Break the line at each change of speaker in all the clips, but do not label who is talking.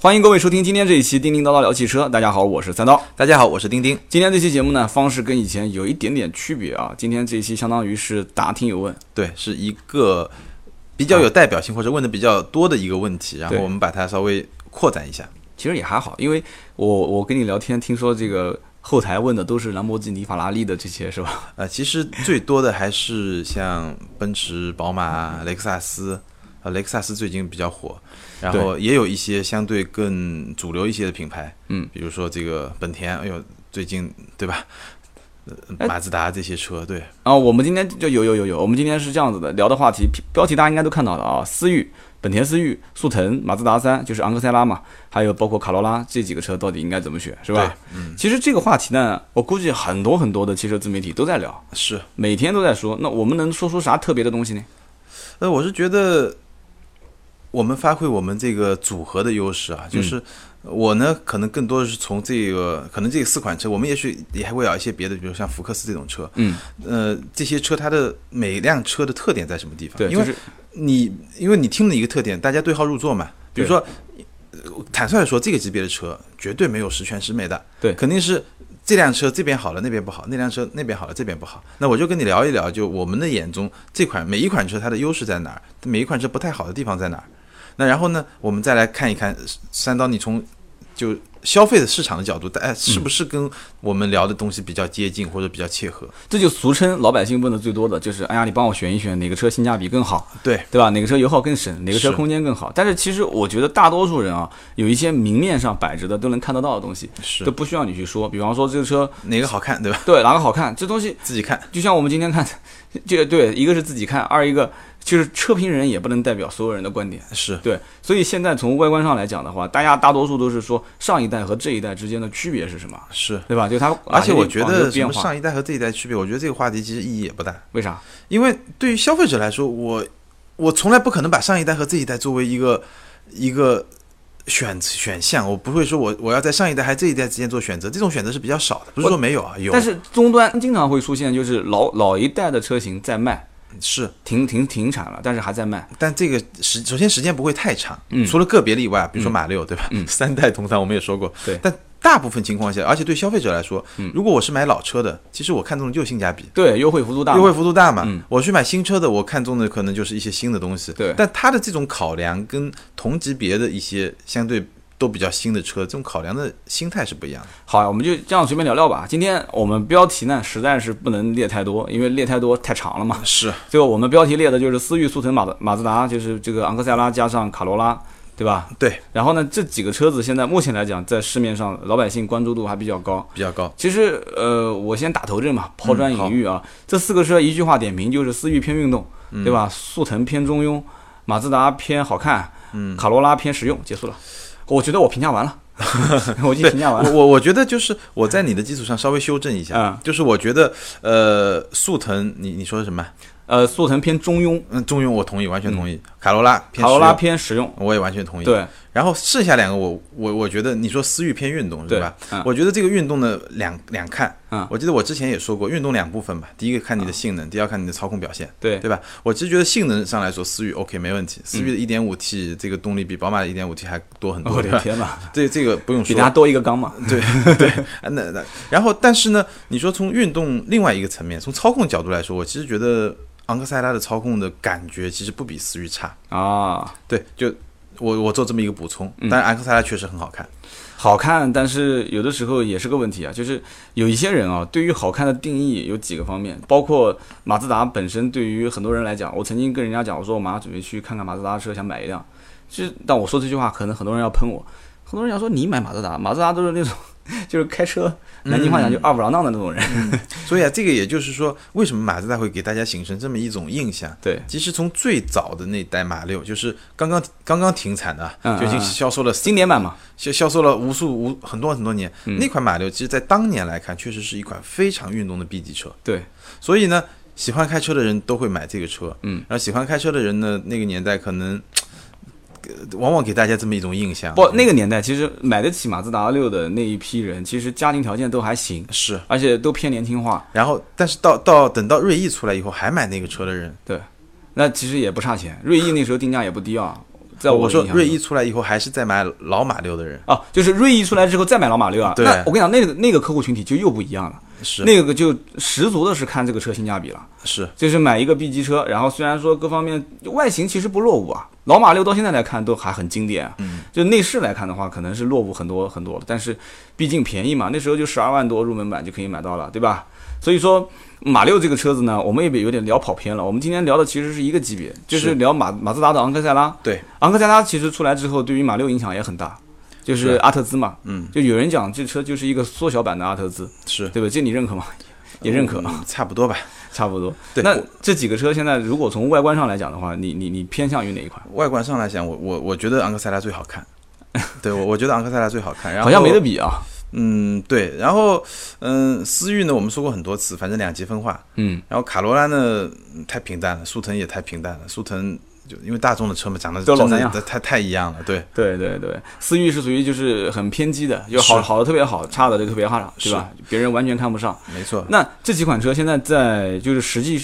欢迎各位收听今天这一期《叮叮叨叨聊汽车》，大家好，我是三刀。
大家好，我是丁丁。
今天这期节目呢，方式跟以前有一点点区别啊。今天这一期相当于是答听友问，
对，是一个比较有代表性或者问的比较多的一个问题，然后
对
我们把它稍微扩展一下。
其实也还好，因为我我跟你聊天，听说这个后台问的都是兰博基尼、法拉利的这些是吧？
呃，其实最多的还是像奔驰、宝马、雷克萨斯，呃，雷克萨斯最近比较火，然后也有一些相对更主流一些的品牌，
嗯，
比如说这个本田，哎呦，最近对吧？
哎
呃马自达这些车，对，
然后我们今天就有有有有，我们今天是这样子的，聊的话题标题大家应该都看到了啊，思域、本田思域、速腾、马自达三，就是昂克赛拉嘛，还有包括卡罗拉这几个车到底应该怎么选，是吧？嗯，其实这个话题呢，我估计很多很多的汽车自媒体都在聊，
是。
每天都在说，那我们能说出啥特别的东西呢？
呃，我是觉得我们发挥我们这个组合的优势啊，
嗯
就是我呢，可能更多的是从这个，可能这四款车，我们也许也还会有一些别的，比如像福克斯这种车，
嗯，
呃，这些车它的每辆车的特点在什么地方？
对，
因
就
为
是
你因为你听了一个特点，大家对号入座嘛。比
对
如说，呃坦率的说，这个级别的车绝对没有十全十美的，
对
肯定是这辆车这边好了，那边不好；那辆车那边好了，这边不好。那我就跟你聊一聊，就我们的眼中这款每一款车它的优势在哪儿，每一款车不太好的地方在哪儿。那然后呢，我们再来看一看呃三刀，你从就消费的市场的角度，哎，是不是跟我们聊的东西比较接近或者比较切合？
这就俗称老百姓问的最多的就是，哎呀，你帮我选一选哪个车性价比更好，
对，
对吧？哪个车油耗更省，哪个车
是
空间更好？但是其实我觉得大多数人啊，有一些明面上摆着的都能看得到的东西，都
是
不需要你去说。比方说这个车，
哪个好看，对吧？
对哪个好看，这东西
自己看，
就像我们今天看， 这对一个是自己看，二一个就是车评人也不能代表所有人的观点。
是
对，所以现在从外观上来讲的话，大家大多数都是说上一代和这一代之间的区别是什么，
是。
对吧？就它，
而
哪
且
些
我
地
觉
方有
得什
变
么
化，
上一代和这一代区别，我觉得这个话题其实意义也不大，
为啥？
因为对于消费者来说，我我从来不可能把上一代和这一代作为一个一个选选项，我不会说我我要在上一代还这一代之间做选择，这种选择是比较少的，不是说没有啊，有，
但是终端经常会出现，就是老老一代的车型在卖，
是，
停停停产了，但是还在卖。
但这个时首先时间不会太长，
嗯
除了个别例外，啊比如说马六，对吧？三代同堂我们也说过，
对嗯
但大部分情况下，而且对消费者来说，如果我是买老车的，其实我看中的就是性价比，
对，优惠幅度大嘛。
优惠幅度大嘛。
嗯
我去买新车的，我看中的可能就是一些新的东西。
对
但它的这种考量跟同级别的一些相对都比较新的车，这种考量的心态是不一样的。
好呀，我们就这样随便聊聊吧。今天我们标题呢，实在是不能列太多，因为列太多太长了嘛。
是
最后我们标题列的就是思域、速腾、马自马自达，就是这个昂克赛拉加上卡罗拉，对吧？
对，
然后呢，这几个车子现在目前来讲，在市面上老百姓关注度还比较高。
比较高。
其实，呃，我先打头阵嘛，抛砖引玉啊。这四个车一句话点评就是：思域偏运动，对吧？速腾偏中庸，马自达偏好看，卡罗拉偏实用。结束了，我觉得我评价完了，我已经评价完
我
了。
我我觉得就是我在你的基础上稍微修正一下，
嗯
就是我觉得呃，速腾你你说的什么？
呃，速腾偏中庸，
嗯，中庸我同意，完全同意。卡罗拉
嗯
偏
卡罗拉
实
偏实用。
用我也完全同意。
对，
然后剩下两个我，我我觉得你说思域偏运动是
对
吧？
嗯
我觉得这个运动呢两两看，
嗯
我记得我之前也说过，运动两部分吧，第一个看你的性能，第二看你的操控表现，
对
对吧？我其实觉得性能上来说，思域 OK 没问题，思域的 1.5T 这个动力比宝马的 1.5T 还多很
我
多，对
的
吧？
天 哪，
这这个不用
哦比
说，
它多一个缸嘛。
对对，啊那那然后但是呢，你说从运动另外一个层面，从操控角度来说，我其实觉得昂克赛拉的操控的感觉其实不比思域差，
啊，
对，就我我做这么一个补充，
嗯
但是昂克赛拉确实很好看。
好看，但是有的时候也是个问题啊，就是有一些人啊，对于好看的定义有几个方面，包括马自达本身，对于很多人来讲，我曾经跟人家讲，我说我马上准备去看看马自达的车，想买一辆，就是但我说这句话，可能很多人要喷我，很多人要说你买马自达，马自达都是那种就是开车南京话讲就二五郎当的那种人，
所以啊，这个也就是说，为什么马自达会给大家形成这么一种印象？
对，
其实从最早的那代马六，就是刚刚刚刚停产的啊，
嗯
就已
嗯
经
嗯
销售了
经典版嘛，嗯
销销售了无数无很多很多年。那款马六其实，在当年来看，确实是一款非常运动的 B 级车。
对，
所以呢，喜欢开车的人都会买这个车。
嗯，
然后喜欢开车的人呢，那个年代可能。呃往往给大家这么一种印象，
不那个年代其实买得起马自达六的那一批人，其实家庭条件都还行，
是。
而且都偏年轻化，
然后，但是到到等到锐意出来以后，还买那个车的人，
那其实也不差钱，锐意那时候定价也不低啊，在
我
的
说
印象
锐
中
意出来以后还是在买老马六的人，
啊，就是锐意出来之后再买老马六啊，
对
那我跟你讲，那个那个客户群体就又不一样了，
是
那个就十足的是看这个车性价比了。
是
就是买一个 B 级车，然后虽然说各方面外形其实不落伍啊，老马六到现在来看都还很经典啊。
嗯
就内饰来看的话，可能是落伍很多很多了，但是毕竟便宜嘛，那时候就十二万多入门版就可以买到了，对吧？所以说嗯马六这个车子呢，我们也别有点聊跑偏了。我们今天聊的其实是一个级别，就是
是
聊马马自达的昂克赛拉。
对，
昂克赛拉其实出来之后，对于马六影响也很大，就是
是
阿特兹嘛，
嗯
就有人讲这车就是一个缩小版的阿特兹，
是
对吧？这你认可吗？也认可。
嗯差不多吧。
差不多。
对
那
我
这几个车现在如果从外观上来讲的话，你你你偏向于哪一款？
外观上来讲，我我我觉得昂克赛拉最好看，对我我觉得昂克赛拉最好看，然后
好像没得比啊。
嗯，对，然后嗯，思域呢，我们说过很多次，反正两极分化。
嗯，
然后卡罗拉呢，嗯太平淡了，速腾也太平淡了，速腾就因为大众的车嘛，长得
都老
真
三
的
样
太太太一样了，对，
对对对，思域是属于就是很偏激的，就好
是
好的特别好，差的就特别差，对吧？别人完全看不上。
没错，
那这几款车现在在就是实际。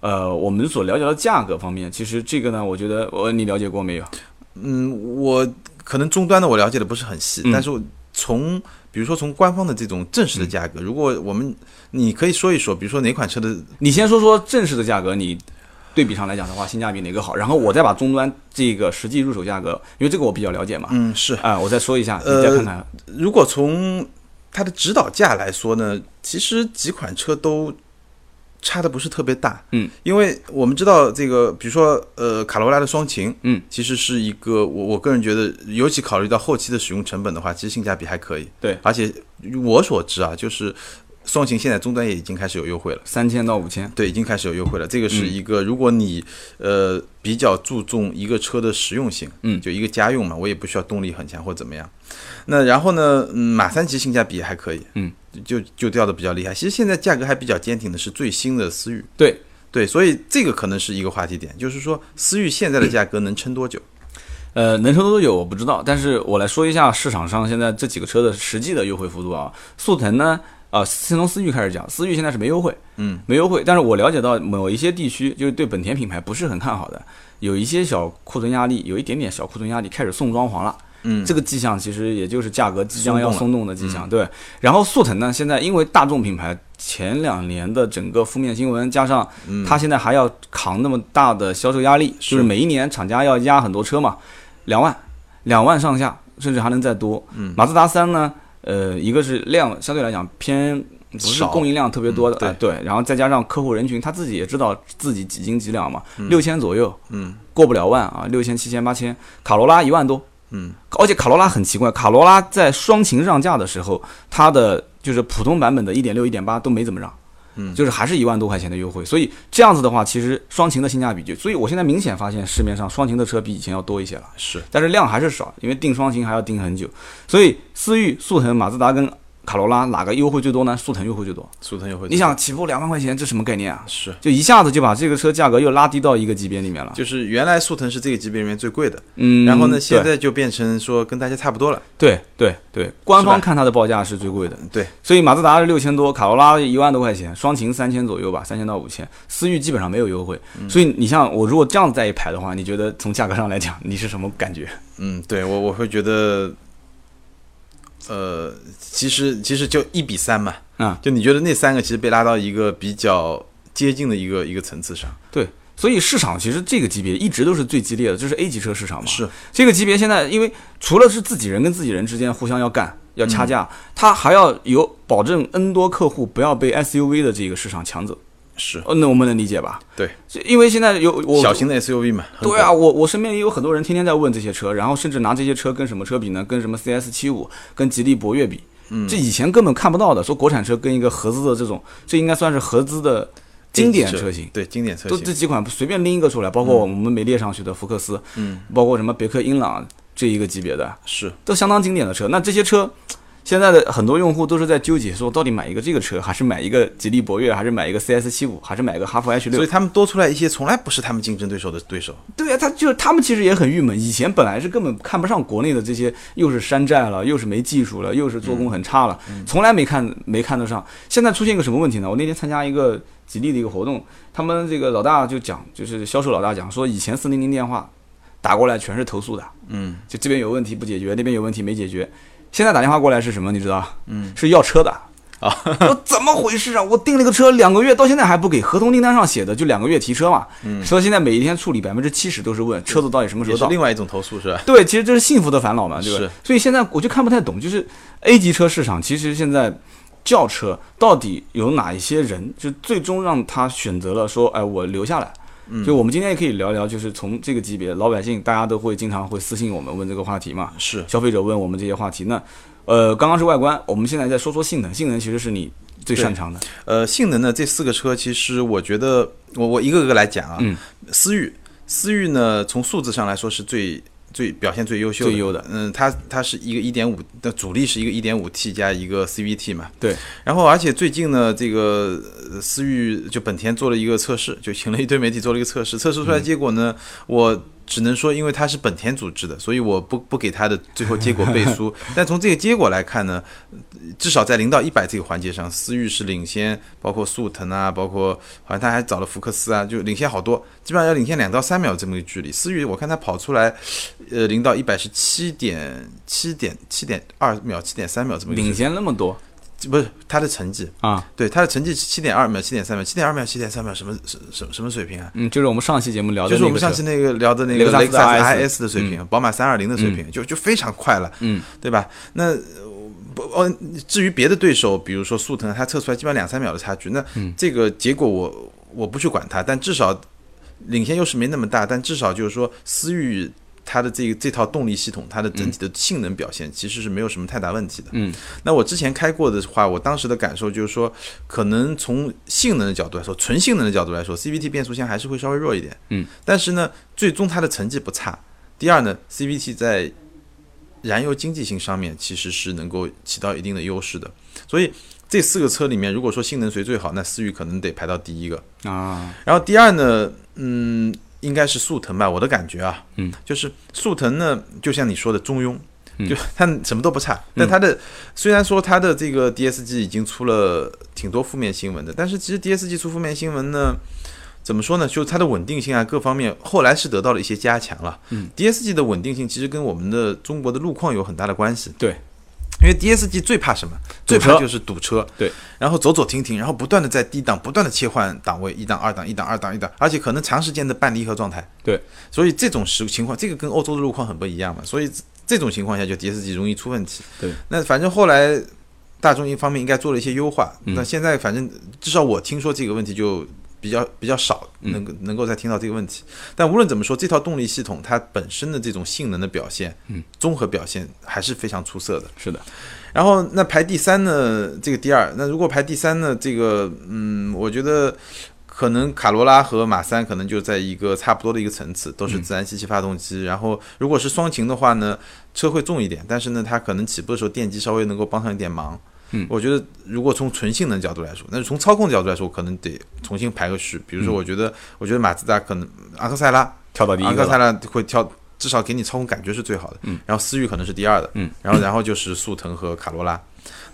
呃，我们所了解的价格方面，其实这个呢，我觉得我你了解过没有？
嗯，我可能终端的我了解的不是很细，
嗯
但是我从比如说从官方的这种正式的价格，
嗯
如果我们你可以说一说，比如说哪款车的
你先说说正式的价格，你对比上来讲的话，性价比哪个好？然后我再把终端这个实际入手价格，因为这个我比较了解嘛，啊、
嗯是，
我再说一下，你
呃
再看看。
如果从它的指导价来说呢，其实几款车都差的不是特别大。
嗯，
因为我们知道这个，比如说呃，卡罗拉的双擎，
嗯，
其实是一个我我个人觉得，尤其考虑到后期的使用成本的话，其实性价比还可以。
对
而且我所知啊，就是双擎现在终端也已经开始有优惠了。
三千到五千，
对，已经开始有优惠了。这个是
嗯
一个，如果你呃比较注重一个车的实用性，
嗯
就一个家用嘛，我也不需要动力很强或怎么样。那然后呢，嗯，马三级性价比还可以，
嗯，
就就掉的比较厉害。其实现在价格还比较坚挺的是最新的思域，
对
对，所以这个可能是一个话题点，就是说思域现在的价格能撑多久？
呃，能撑多久我不知道，但是我来说一下市场上现在这几个车的实际的优惠幅度啊。速腾呢，啊、先从思域开始讲，思域现在是没优惠，
嗯，
没优惠。但是我了解到某一些地区就是对本田品牌不是很看好的，有一些小库存压力，有一点点小库存压力，开始送装潢了。
嗯，
这个迹象其实也就是价格即将要松
松
动的迹象，对。然后速腾呢，现在因为大众品牌前两年的整个负面新闻，加上
嗯
它现在还要扛那么大的销售压力，就是
是
每一年厂家要压很多车嘛，两万、两万上下，甚至还能再多。
嗯
马自达三呢，呃，一个是量相对来讲偏。不是
少
供应量特别多的，
嗯
哎对，然后再加上客户人群，他自己也知道自己几斤几两嘛，六千左右
嗯
过不了万啊，六千、七千、八千，卡罗拉一万多，
嗯，
而且卡罗拉很奇怪，卡罗拉在双擎让价的时候，它的就是普通版本的1.6、1.8都没怎么让，
嗯
就是还是一万多块钱的优惠。所以这样子的话，其实双擎的性价比就，所以我现在明显发现市面上双擎的车比以前要多一些了，
是
但是量还是少，因为定双擎还要定很久。所以思域、速腾、马自达跟卡罗拉哪个优惠最多呢？速腾优惠最多。
速腾优惠，
你想起步两万块钱，这什么概念啊？
是。
就一下子就把这个车价格又拉低到一个级别里面了。
就是原来速腾是这个级别里面最贵的，
嗯，
然后呢，
对
现在就变成说跟大家差不多了。
对对对，官方
是吧
看它的报价是最贵的。
对，
所以马自达是六千多，卡罗拉一万多块钱，双擎三千左右吧，三千到五千，思域基本上没有优惠。
嗯
所以你像我如果这样子在一排的话，你觉得从价格上来讲，你是什么感觉？
嗯，对我我会觉得，呃，其实其实就一比三嘛，
嗯，
就你觉得那三个其实被拉到一个比较接近的一个一个层次上，
对，所以市场其实这个级别一直都是最激烈的，就是 A 级车市场嘛。
是
这个级别现在，因为除了是自己人跟自己人之间互相要干、
嗯
要掐架，它还要有保证 N 多客户不要被 SUV 的这个市场抢走。
是，
哦，那我们能理解吧？
对，
因为现在有我
小型的 SUV 嘛，很
对
火
啊，，我我身边也有很多人天天在问这些车，然后甚至拿这些车跟什么车比呢？跟什么 CS 七五、跟吉利博越比，
嗯
这以前根本看不到的。说国产车跟一个合资的这种，这应该算是合资的经典车型。
对经典车
都
型，
这几款随便拎一个出来，包括我们没列上去的福克斯，
嗯，
包括什么别克英朗这一个级别的，
是
都相当经典的车。那这些车，现在的很多用户都是在纠结说，到底买一个这个车，还是买一个吉利博越，还是买一个 CS 七五，还是买一个哈弗 H 六
所以？他们多出来一些从来不是他们竞争对手的对手，
对啊呀、他就是他们其实也很郁闷。以前本来是根本看不上国内的这些，又是山寨了，又是没技术了，又是做工很差了，从来没看没看得上。现在出现一个什么问题呢？我那天参加一个吉利的一个活动，他们这个老大就讲，就是销售老大讲说，以前四零零电话打过来全是投诉的，
嗯，
就这边有问题不解决，那边有问题没解决。现在打电话过来是什么？你知道？嗯，哦是要车的
啊！
我怎么回事啊？我订了个车两个月，到现在还不给，合同订单上写的就两个月提车嘛。嗯，所以现在每一天处理百分之七十都是问车子到底什么时
也
候
是
到。
另外一种投诉是吧？
对，其实这是幸福的烦恼嘛，对吧？
是
所以现在我就看不太懂，就是 A 级车市场，其实现在轿车到底有哪一些人，就最终让他选择了说，哎，我留下来。
嗯
就我们今天也可以聊聊，就是从这个级别，老百姓大家都会经常会私信我们问这个话题嘛，
是，
消费者问我们这些话题。那，呃，刚刚是外观，我们现在再说说性能，性能其实是你最擅长的。
呃，性能呢，这四个车其实我觉得，我我一个个来讲啊。
嗯，
思域，思域呢，从素质上来说是最最表现最优秀的。
最优的
嗯，它它是一个一点五的主力是一个一点五 T 加一个 CVT 嘛。
对。
然后而且最近呢，这个呃思域就本田做了一个测试，就请了一堆媒体做了一个测试，测试出来结果呢，
嗯
我。只能说，因为它是本田组织的，所以我不不给它的最后结果背书。
嗯
但从这个结果来看呢，至少在零到一百这个环节上，思域是领先，包括速腾啊，包括好像他还找了福克斯啊，就领先好多，基本上要领先两到三秒这么一个距离。思域我看它跑出来，呃，零到一百是七点七点七点二秒，七点三秒这么一个距
领
离，
先那么多
不是它的成绩，
啊，
对它的成绩是七点二秒、七点三秒、七点二秒、七点三秒，什么什什什么水平啊？
嗯，就是我们上期节目聊的
就是我们
那
上
个车
期那个聊的那
雷克
个
萨斯
雷克萨斯
RS
IS 的水平，宝马三二零的水平，就就非常快了，
嗯，
对吧？那呃不哦，至于别的对手，比如说速腾，它测出来基本上两三秒的差距，那
嗯
这个结果我我不去管它，但至少领先优势没那么大，但至少就是说思域。它的这个这套动力系统，它的整体的性能表现其实是没有什么太大问题的。
嗯，
那我之前开过的话，我当时的感受就是说，可能从性能的角度来说，纯性能的角度来说，CVT 变速箱还是会稍微弱一点。
嗯，
但是呢，最终它的成绩不差。第二呢，CVT 在燃油经济性上面其实是能够起到一定的优势的。所以这四个车里面，如果说性能谁最好，那思域可能得排到第一个。
啊，
然后第二呢，嗯，应该是速腾吧，我的感觉啊，
嗯，
就是速腾呢，就像你说的中庸，
嗯
就它什么都不差，但它的虽然说它的这个 DSG 已经出了挺多负面新闻的，但是其实 DSG 出负面新闻呢。怎么说呢？就是它的稳定性啊，各方面后来是得到了一些加强了。
嗯
，DSG 的稳定性其实跟我们的中国的路况有很大的关系。
对，
因为 DSG 最怕什么？
堵
最
车
怕就是堵车。
对，
然后走走停停，然后不断的在低档不断的切换档位，一档二档一档二档一档，而且可能长时间的半离合状态。
对，
所以这种实情况，这个跟欧洲的路况很不一样嘛，所以这这种情况下就 DSG 容易出问题。
对，
那反正后来大众一方面应该做了一些优化，
嗯
那现在反正至少我听说这个问题就。比较比较少
嗯
能够能够再听到这个问题，但无论怎么说，这套动力系统它本身的这种性能的表现，
嗯，
综合表现还是非常出色的。
是的，
然后那排第三呢，这个第二，那如果排第三呢，这个嗯，我觉得可能卡罗拉和马三可能就在一个差不多的一个层次，都是自然吸气发动机。然后如果是双擎的话呢，车会重一点，但是呢，它可能起步的时候电机稍微能够帮上一点忙。
嗯
我觉得如果从纯性能角度来说，那从操控角度来说，我可能得重新排个序。比如说，我觉得，我觉得马自达可能阿克塞拉
跳到第
阿
一
克
个
塞
了，
拉会跳，至少给你操控感觉是最好的。
嗯，
然后思域可能是第二的。
嗯，
然后然后就是速腾和卡罗拉。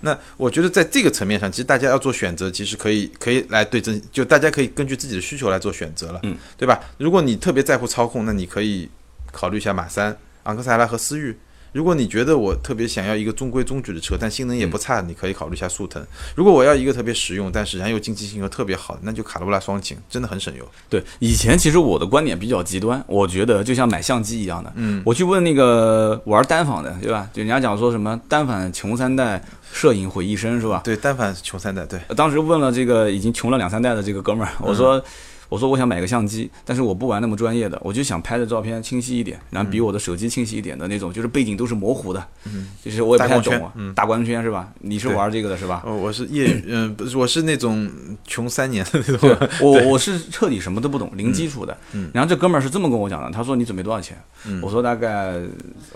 那我觉得在这个层面上，其实大家要做选择，其实可以可以来对症，就大家可以根据自己的需求来做选择了，
嗯，
对吧？如果你特别在乎操控，那你可以考虑一下马三、昂克赛拉和思域。如果你觉得我特别想要一个中规中矩的车，但性能也
嗯
不差，你可以考虑一下速腾。如果我要一个特别实用，但是燃油经济性又特别好，那就卡罗拉双擎，真的很省油。
对，以前其实我的观点比较极端，我觉得就像买相机一样的，
嗯，
我去问那个玩单反的，对吧？就人家讲说什么单反穷三代，摄影毁一生，是吧？
对，单反穷三代，对，嗯
呃当时问了这个已经穷了两三代的这个哥们儿，我说。我说我想买个相机，但是我不玩那么专业的，我就想拍的照片清晰一点，然后比我的手机清晰一点的那种，就是背景都是模糊的，
嗯，
就是我也不太
大光圈嗯
懂啊。大光圈是吧？你是
对
玩这个的是吧？
哦，我是业余，嗯、不是，我是那种穷三年的那
对
种。
我我是彻底什么都不懂，零基础的。
嗯
然后这哥们儿是这么跟我讲的，他说你准备多少钱？
嗯
我说大概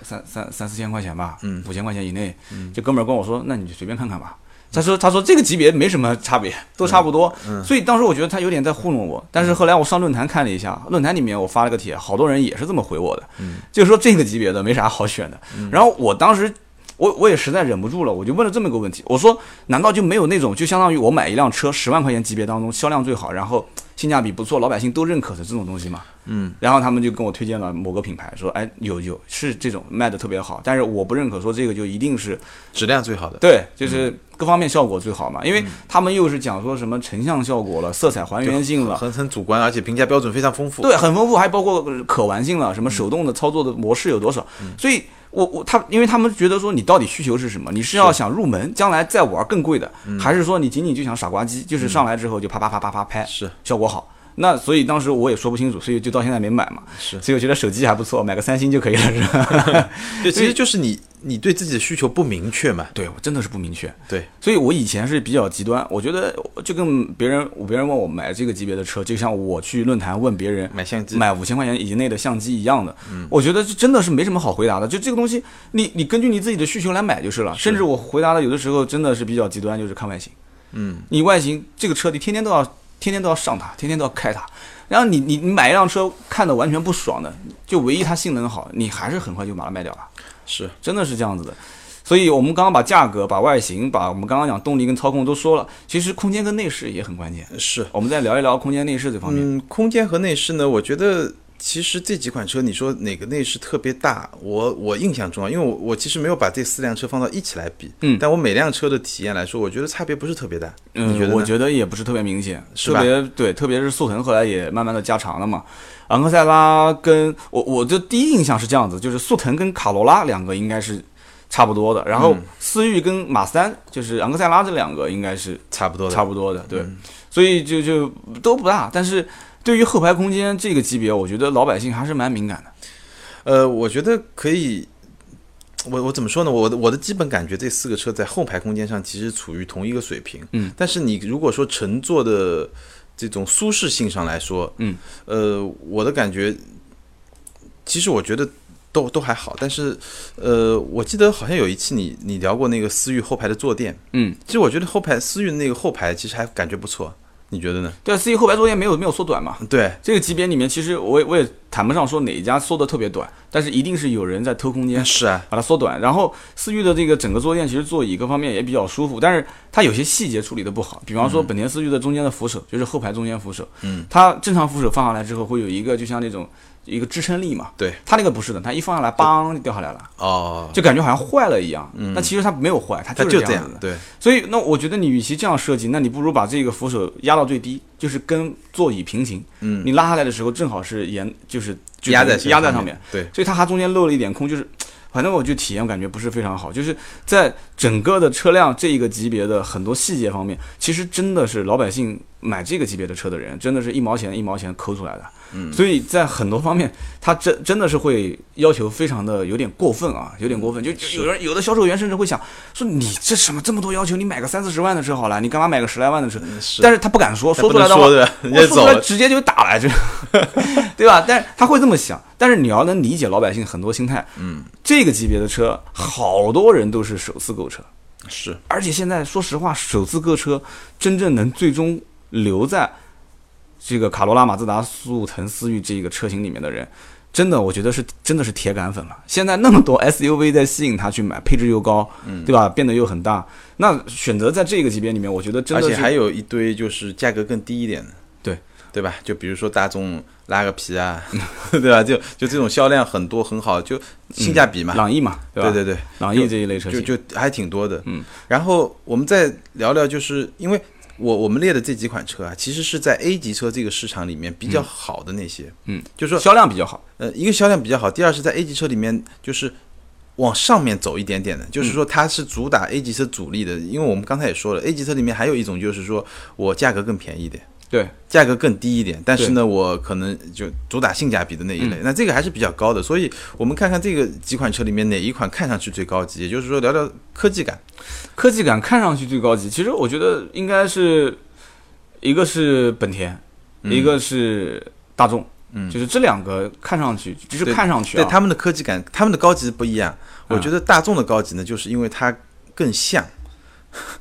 三三三四千块钱吧，
嗯
五千块钱以内。这哥们儿跟我说，那你就随便看看吧。他说：“他说这个级别没什么差别，都差不多。
嗯
所以当时我觉得他有点在糊弄我。但是后来我上论坛看了一下，论坛里面我发了个
嗯
帖，好多人也是这么回我的，就是说这个级别的没啥好选的。然后我当时我我也实在忍不住了，我就问了这么一个问题，我说难道就没有那种就相当于我买一辆车十万块钱级别当中销量最好，然后性价比不错，老百姓都认可的这种东西吗？嗯，然后他们就跟我推荐了某个品牌，说哎有有是这种卖的特别好，但是我不认可说这个就一定是
质量最好的，
对，就是各方面效果最好嘛，因为他们又是讲说什么成像效果了、色彩还原性了，
很很主观，而且评价标准非常丰富。
对，很丰富，还包括呃可玩性了，什么手动的操作的模式有多少。
嗯
所以我我他，因为他们觉得说你到底需求是什么？你是要想入门，将来再玩更贵的，
嗯
还是说你仅仅就想傻瓜机，就是上来之后就啪啪啪啪啪拍，
是
效果好？那所以当时我也说不清楚，所以就到现在没买嘛。
是
所以我觉得手机还不错，买个三星就可以了，是吧？
对，其实就是你你对自己的需求不明确嘛。
对，我真的是不明确。
对，
所以我以前是比较极端，我觉得就跟别人，别人问我买这个级别的车，就像我去论坛问别人
买相机
买嗯五千块钱以内的相机一样的。我觉得这真的是没什么好回答的，就这个东西，你你根据你自己的需求来买就是了。甚至我回答的有的时候真的是比较极端，就是看外形。
嗯，
你外形这个车你天天都要天天都要上它，天天都要开它，然后你你你买一辆车看的完全不爽的，就唯一它性能好，你还是很快就把它卖掉了。
是
真的是这样子的。所以我们刚刚把价格、把外形、把我们刚刚讲动力跟操控都说了，其实空间跟内饰也很关键。
是，
我们再聊一聊空间内饰这方面。
嗯，空间和内饰呢，我觉得其实这几款车，你说哪个内饰特别大？我我印象中啊，因为我我其实没有把这四辆车放到一起来比，
嗯
但我每辆车的体验来说，我觉得差别不是特别大。你觉得
我
呢？
觉得也不是特别明显，
是
特
吧
别对，特别是速腾后来也慢慢的加长了嘛。昂克赛拉跟我我的第一印象是这样子，就是速腾跟卡罗拉两个应该是差不多的，然
嗯
后思域跟马三就是昂克赛拉这两个应该是
差不多的，嗯
差不多的，对，所以就就都不大，但是对于后排空间这个级别，我觉得老百姓还是蛮敏感的。
呃，我觉得可以，我我怎么说呢？我的我的基本感觉，这四个车在后排空间上其实处于同一个水平。
嗯，
但是你如果说乘坐的这种舒适性上来说，
嗯，
呃，我的感觉，其实我觉得。都都还好，但是，呃，我记得好像有一期你你聊过那个思域后排的坐垫，
嗯，
其实我觉得后排思域那个后排其实还感觉不错，你觉得呢？
对，C 后排坐垫没有没有缩短嘛？
对，
这个级别里面，其实我也我也谈不上说哪一家缩的特别短，但是一定是有人在偷空间，
是啊，
把它缩短。然后思域的这个整个坐垫，其实座椅各方面也比较舒服，但是它有些细节处理的不好，比方说本田思域的中间的扶手，就是后排中间扶手，
嗯，
它正常扶手放下来之后会有一个就像那种一个支撑力嘛，
对，
它那个不是的，它一放下来，梆就掉下来了，
哦，嗯
就感觉好像坏了一样，但其实它没有坏，它
它
就是
这
这样
样
子，的。
对，
所以，那我觉得你与其这样设计，那你不如把这个扶手压到最低，就是跟座椅平行。
嗯，
你拉下来的时候正好是沿，就是就
压在
是压在
上
上
面
面，，
对，
所以它还中间漏了一点空，就是。反正我就体验感觉不是非常好，就是在整个的车辆这一个级别的很多细节方面，其实真的是老百姓买这个级别的车的人，真的是一毛钱一毛钱抠出来的。嗯，所以在很多方面，他真 真的是会要求非常的有点过分啊，有点过分。
嗯
就就有人有的销售员甚至会想说，你这什么这么多要求，你买个三四十万的车好了，你干嘛买个十来万的车？
嗯是
但是他不敢说，说
不
出来的
能
话
说的，
我
人
说
家走
出来
了。
直接就 打来着，对吧？但是他会这么想，但是你要能理解老百姓很多心态，
嗯，
这个级别的车，好多人都是首次购车，
是
而且现在说实话，首次购车真正能最终留在这个卡罗拉、马自达、速腾、思域这个车型里面的人，真的我觉得是真的是铁杆粉了。现在那么多 SUV 在吸引他去买，配置又高，
嗯
对吧？变得又很大，那选择在这个级别里面，我觉得真
而
的
且
是
还有一堆就是价格更低一点的，
对
对吧？就比如说大众拉个皮啊， 对吧？就就这种销量很多很好，就性价比嘛，
朗逸嘛，嗯对吧？
对对对，
朗逸这一类车型，
就就还挺多的。
嗯，
然后我们再聊聊，就是因为我我们列的这几款车啊，其实是在 A 级车这个市场里面比较好的那些，
嗯，
就说
销量比较好。
呃，一个销量比较好，第二是在 A 级车里面就是往上面走一点点的，
嗯
就是说它是主打 A 级车主力的，因为我们刚才也说了，A 级车里面还有一种就是说我价格更便宜一点。
对，
价格更低一点，但是
对嗯
呢，我可能就主打性价比的那一类，那这个还是比较高的，所以我们看看这个几款车里面哪一款看上去最高级，也就是说聊聊科技感，
科技感看上去最高级，其实我觉得应该是一个是本田，一个是大众，
嗯
就是这两个看上去只是
对
看上去
对
啊，
他们的科技感，他们的高级不一样，我
嗯
觉得大众的高级呢，就是因为它更像，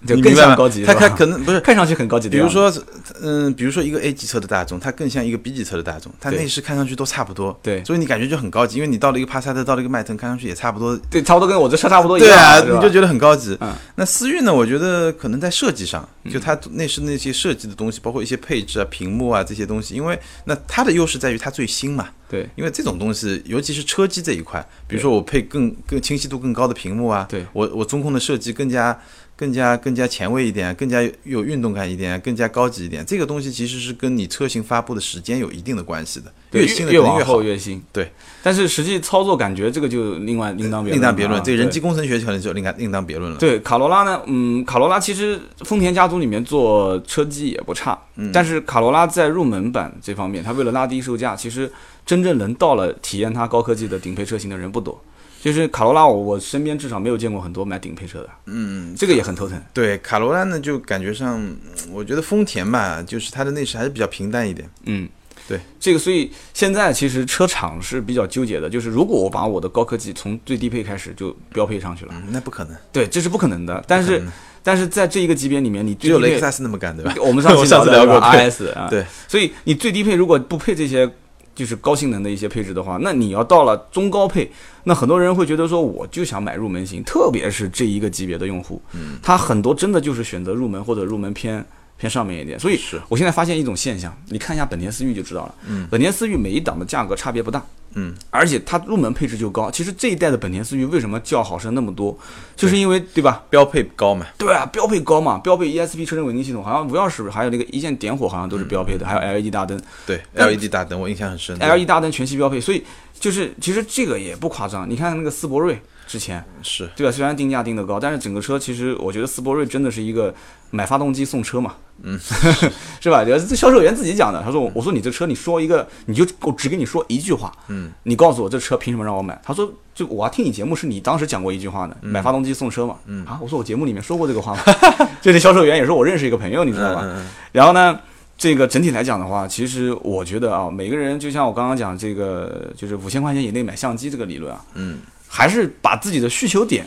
就
你
更
明白
像
吗
高级，
它
是吧
它可能不是
看上去很高级的
比如
样子，
说，嗯，比如说一个 A 级车的大众，它更像一个 B 级车的大众，它
对
内饰看上去都差不多，
对
所以你感觉就很高级，因为你到了一个帕萨特，到了一个迈腾，看上去也差不多，
对，差不多跟我这车差不多一
对
样
啊，
啊，
你就觉得很高级
嗯。
那思域呢？我觉得可能在设计上，就它内饰那些设计的东西，包括一些配置啊、屏幕啊这些东西，因为那它的优势在于它最新嘛，
对
因为这种东西，尤其是车机这一块，比如说我配更更清晰度更高的屏幕啊，
对
我我中控的设计更加更加更加前卫一点，啊更加有运动感一点，啊更加高级一点。这个东西其实是跟你车型发布的时间有一定的关系的，
对，
越新的
越
可能
往
越好
后。越新，
对。
但是实际操作感觉这个就另外另当别
另当别
别
论，这个人
啊
机
对
工程学可能就另当另当别论了。
对卡罗拉呢，嗯，卡罗拉其实丰田家族里面做车机也不差，
嗯
但是卡罗拉在入门版这方面，它为了拉低售价，其实真正能到了体验它高科技的顶配车型的人不多。就是卡罗拉我，我身边至少没有见过很多买顶配车的，嗯，这个也很头疼。
对卡罗拉呢，就感觉上，嗯我觉得丰田吧，就是它的内饰还是比较平淡一点。
嗯，
对，
这个所以现在其实车厂是比较纠结的，就是如果我把我的高科技从最低配开始就标配上去了，
嗯，那不可能，
对，这是不可能的。但是但是在这一个级别里面，你
只
最
有
低
雷克
配，
萨斯那么干，对吧？
我们上
我
次
上次
聊
聊过对
RS 啊，
对，
所以你最低配如果不配这些。就是高性能的一些配置的话，那你要到了中高配，那很多人会觉得说，我就想买入门型，特别是这一个级别的用户，嗯，他很多真的就是选择入门或者入门偏偏上面一点。所以
是
我现在发现一种现象，你看一下本田思域就知道了，嗯，本田思域每一档的价格差别不大，
嗯，
而且它入门配置就高。其实这一代的本田思域为什么叫好声那么多，就是因为对吧？
标配高嘛，
对啊，标配高嘛，标配 ESP 车身稳定系统，好像无钥匙，还有那个一键点火，好像都是标配的，还有 LED 大灯
对
但
，LED 大灯我印象很深。
，LED 大灯全系标配，所以就是其实这个也不夸张。你看那个斯铂瑞之前，
是
对吧？啊虽然定价定得高，但是整个车其实我觉得斯铂瑞真的是一个买发动机送车嘛，嗯， 是吧？这销售员自己讲的，他说我我说你这车你说一个，你就我只跟你说一句话，嗯，你告诉我这车凭什么让我买？他说就我还听你节目是你当时讲过一句话呢，买发动机送车嘛，嗯啊，我说我节目里面说过这个话吗？ 这个销售员也是我认识一个朋友，你知道吧？然后呢？这个整体来讲的话，其实我觉得啊，每个人就像我刚刚讲这个，就是五千块钱以内买相机这个理论啊，
嗯，
还是把自己的需求点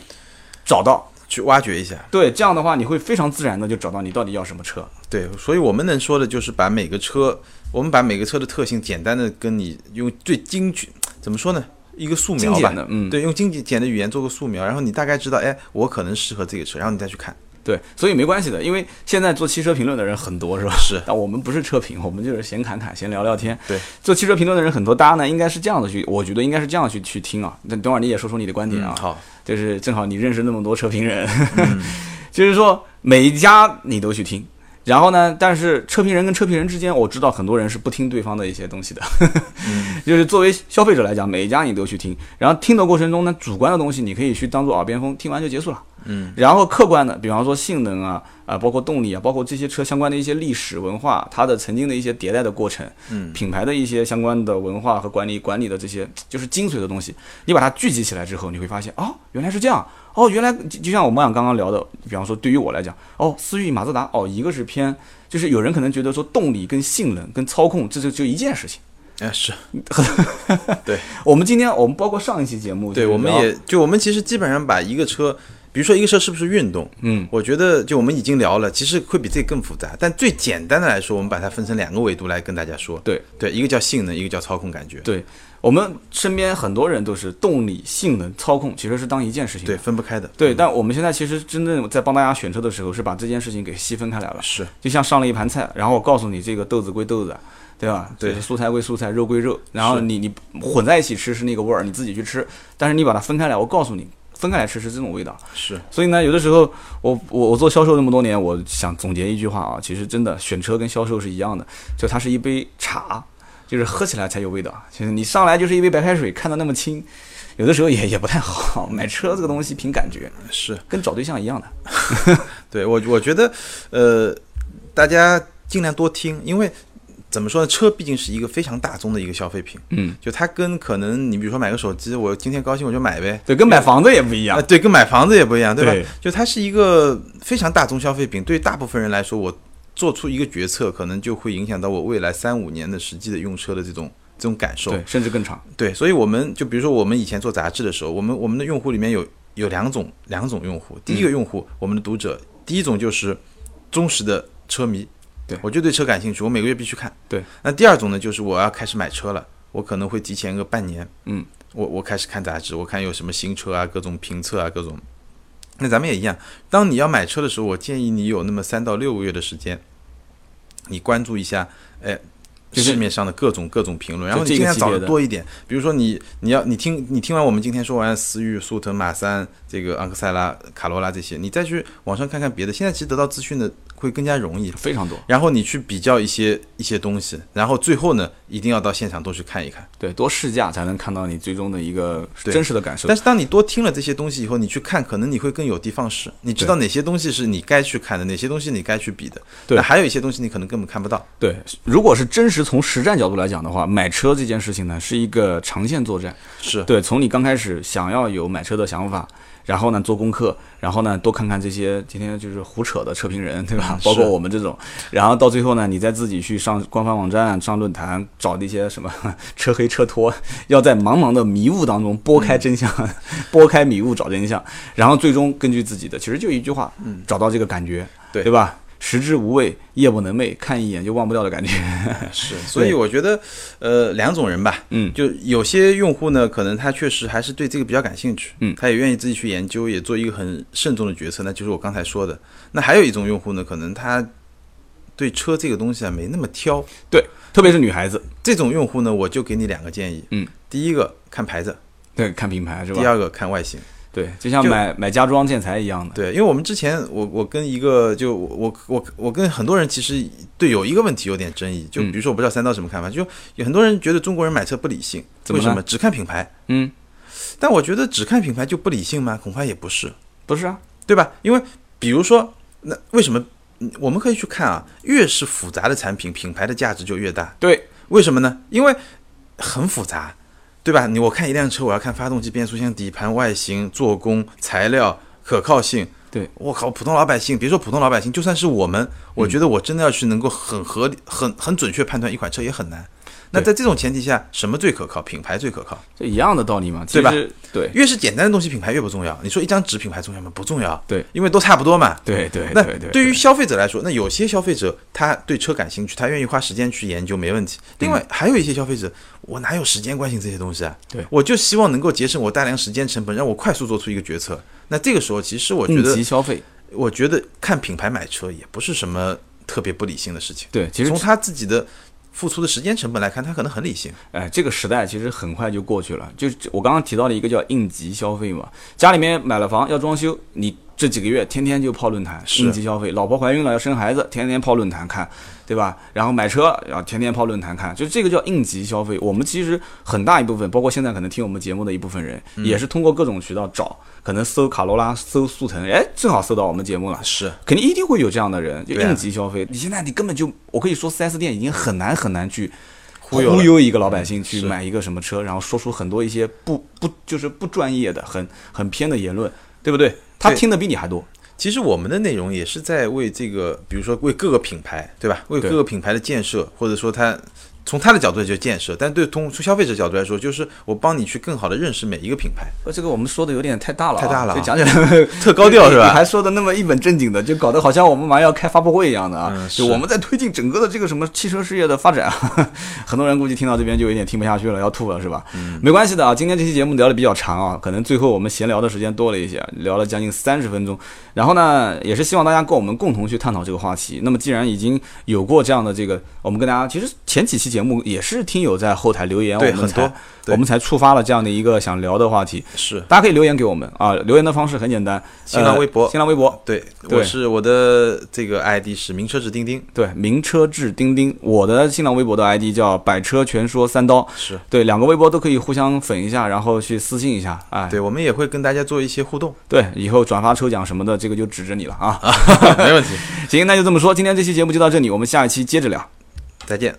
找到。
去挖掘一下。
对，这样的话你会非常自然的就找到你到底要什么车。
对，所以我们能说的就是把每个车，我们把每个车的特性简单的跟你用最精确，怎么说呢？一个素
精
描吧
简，的，嗯，
对，用精简的语言做个素描，然后你大概知道，哎，我可能适合这个车，然后你再去看。
对，所以没关系的，因为现在做汽车评论的人很多，是吧？
是
但我们不是车评，我们就是闲侃侃、闲聊聊天。
对，
做汽车评论的人很多，大家呢应该是这样的去，我觉得应该是这样去去听啊。那等会儿你也说说你的观点啊，
好，
就是正好你认识那么多车评人， 就是说每一家你都去听。然后呢？但是车评人跟车评人之间，我知道很多人是不听对方的一些东西的， 就是作为消费者来讲，每一家你都去听，然后听的过程中呢，主观的东西你可以去当做耳边风，听完就结束了。嗯，然后客观的，比方说性能啊，啊、包括动力啊，包括这些车相关的一些历史文化，它的曾经的一些迭代的过程，嗯，品牌的一些相关的文化和管理管理的这些就是精髓的东西，你把它聚集起来之后，你会发现哦，原来是这样。哦，原来就就像我们俩刚刚聊的，比方说对于我来讲，哦，思域、马自达，哦，一个是偏，就是有人可能觉得说动力跟性能跟操控，这就就一件事情。
哎，是
我们今天我们包括上一期节目，
对，
就是
我们
聊
也嗯就我们其实基本上把一个车，比如说一个车是不是运动，
嗯，
我觉得就我们已经聊了，其实会比这个更复杂，但最简单的来说，我们把它分成两个维度来跟大家说。
对
对，一个叫性能，一个叫操控感觉，
对，我们身边很多人都是动力、性能、操控其实是当一件事情的。
对，分不开的。嗯
对，但我们现在其实真正在帮大家选车的时候，是把这件事情给细分开来了。
是
就像上了一盘菜，然后我告诉你这个豆子归豆子，对吧？
对
就是蔬菜归蔬菜，肉归肉，然后你你混在一起吃是那个味儿，你自己去吃，但是你把它分开来，我告诉你。分开来吃是这种味道，
是，
所以呢，有的时候我我我做销售那么多年，我想总结一句话啊，其实真的选车跟销售是一样的，就它是一杯茶，就是喝起来才有味道。其实你上来就是一杯白开水，看得那么清，有的时候也也不太好。 买车这个东西凭感觉，
是
跟找对象一样的。
对我我觉得，呃，大家尽量多听，因为怎么说呢，车毕竟是一个非常大宗的一个消费品，
嗯，
就它跟可能你比如说买个手机，我今天高兴我就买呗。
对，跟买房子也不一样
啊，。对，跟买房子也不一样，对吧？
对
就它是一个非常大宗消费品，对于大部分人来说，我做出一个决策，可能就会影响到我未来三五年的实际的用车的这种这种感受。
对，甚至更长。
对，所以我们就比如说我们以前做
嗯
杂志的时候，我们我们的用户里面有有两种两种用户，第一个用户、我们的读者第一种就是忠实的车迷，
对
我就对车感兴趣，我每个月必须看。
对，
那第二种呢，就是我要开始买车了，我可能会提前个半年，
嗯，
我我开始看杂志，我看有什么新车啊，各种评测啊，各种。那咱们也一样，当你要买车的时候，我建议你有那么三到六个月的时间，你关注一下，哎，
就是
市面上的各种各种评论，然后你
这个
尽量
级
找
别
的
的
多一点。比如说你你要你听你听完我们今天说完思域、速腾、马三、这个昂克赛拉、卡罗拉这些，你再去网上看看别的，现在其实得到资讯的会更加容易。
非常多，
然后你去比较一些一些东西，然后最后呢，一定要到现场都去看一看。
对，多试驾才能看到你最终的一个
对
真实的感受
但。是当你多听了这些东西以后，你去看，可能你会更有的放矢。你知道哪些东西是你该去看的，哪些东西你该去比的。
对
那还有一些东西你可能根本看不到。
对，如果是真实从实战角度来讲的话，买车这件事情呢是一个长线作战。
是
对，从你刚开始想要有买车的想法，然后呢做功课，然后呢多看看这些今天就是胡扯的车评人，对吧？包括
是
我们这种，然后到最后呢，你再自己去上官方网站、上论坛找那些什么车黑车托，要在茫茫的迷雾当中拨
嗯
开真相， 拨开迷雾找真相，然后最终根据自己的，其实就一句话，找到这个感觉，
嗯对
对吧？食之无味，夜不能寐，看一眼就忘不掉的感觉。
是，所以我觉得，呃，两种人吧，
嗯
就有些用户呢，可能他确实还是对这个比较感兴趣，
嗯
他也愿意自己去研究，也做一个很慎重的决策，那就是我刚才说的。那还有一种用户呢，可能他对车这个东西啊没那么挑，
对，特别是女孩子，
这种用户呢，我就给你两个建议，
嗯，
第一个看牌子，
对，看品牌是吧？
第二个看外形。
对，就像
就
买买家装建材一样的。
对，因为我们之前我我跟一个就我我我跟很多人其实对有一个问题有点争议，就比
嗯
如说我不知道三刀什么看法，就有很多人觉得中国人买车不理性，
怎么
为什
呢
么只看品牌？
嗯，
但我觉得只看品牌就不理性吗？恐怕也不是，
不是啊，
对吧？因为比如说，那为什么嗯我们可以去看啊？越是复杂的产品，品牌的价值就越大。
对，
为什么呢？因为很复杂，对吧？你我看一辆车，我要看发动机、变速箱、底盘、外形、做工、材料、可靠性。
对，嗯
我靠，普通老百姓，别说普通老百姓，就算是我们，我觉得我真的要去能够很合理、很很准确判断一款车也很难。那在这种前提下，什么最可靠？品牌最可靠。
这一样的道理嘛，其
对吧
实对
越是简单的东西，品牌越不重要。你说一张纸品牌重要吗？不重要，
对，
因为都差不多嘛。
对对嗯
那
哎对对，
对于消费者来说，那有些消费者他对车感兴趣，他愿意花时间去研究，没问题。
嗯
另外还有一些消费者，我哪有时间关心这些东西啊？
对
我就希望能够节省我大量时间成本，让我快速做出一个决策。那这个时候，其实我觉
应
得
急，消费，
我觉得看品牌买车也不是什么特别不理性的事情。
对，其实
从他自己的付出的时间成本来看，他可能很理性。
哎，这个时代其实很快就过去了。就是我刚刚提到的一个叫应急消费嘛，家里面买了房要装修，你这几个月天天就泡论坛，
是
应急消费。老婆怀孕了要生孩子，天天泡论坛看，对吧？然后买车，然后天天泡论坛看，就这个叫应急消费。我们其实很大一部分，包括现在可能听我们节目的一部分人，也是通过各种渠道找，可能搜卡罗拉、搜速腾，哎，正好搜到我们节目了。
是，
肯定一定会有这样的人，就
对啊
应急消费。你现在你根本就，我可以说 4S 店已经很难很难去
忽悠了
一个老百姓去
是
买一个什么车，然后说出很多一些不不就是不专业的、很很偏的言论，对不对？他
对
听的比你还多。
其实我们的内容也是在为这个，比如说为各个品牌，对吧？为
对
各个品牌的建设，或者说它从它的角度就建设，但对从从消费者角度来说，就是我帮你去更好的认识每一个品牌。
呃，这个我们说的有点太大了啊、
太大了啊
就讲起来
特高调是吧
你还说的那么一本正经的，就搞得好像我们马上要开发布会一样的啊！
嗯是
就我们在推进整个的这个什么汽车事业的发展啊， 很多人估计听到这边就有点听不下去了，要吐了是吧？
嗯
没关系的啊，今天这期节目聊的比较长啊，可能最后我们闲聊的时间多了一些，聊了将近三十分钟。然后呢，也是希望大家跟我们共同去探讨这个话题。那么既然已经有过这样的这个，我们跟大家其实前几期节目也是听友在后台留言，我
对
们
很
才
多对
我们才触发了这样的一个想聊的话题。
是，
大家可以留言给我们啊，留言的方式很简单，
新浪
呃
微博
新浪微博。
对，
对
我是我的这个 ID 是名车指钉钉，
对，名车志钉钉，我的新浪微博的 ID 叫百车全说三刀，
是
对，两个微博都可以互相粉一下，然后去私信一下，哎，
对，我们也会跟大家做一些互动，
对，以后转发抽奖什么的，这个就指着你了啊。
没问题，
行，那就这么说，今天这期节目就到这里，我们下一期接着聊。
再见。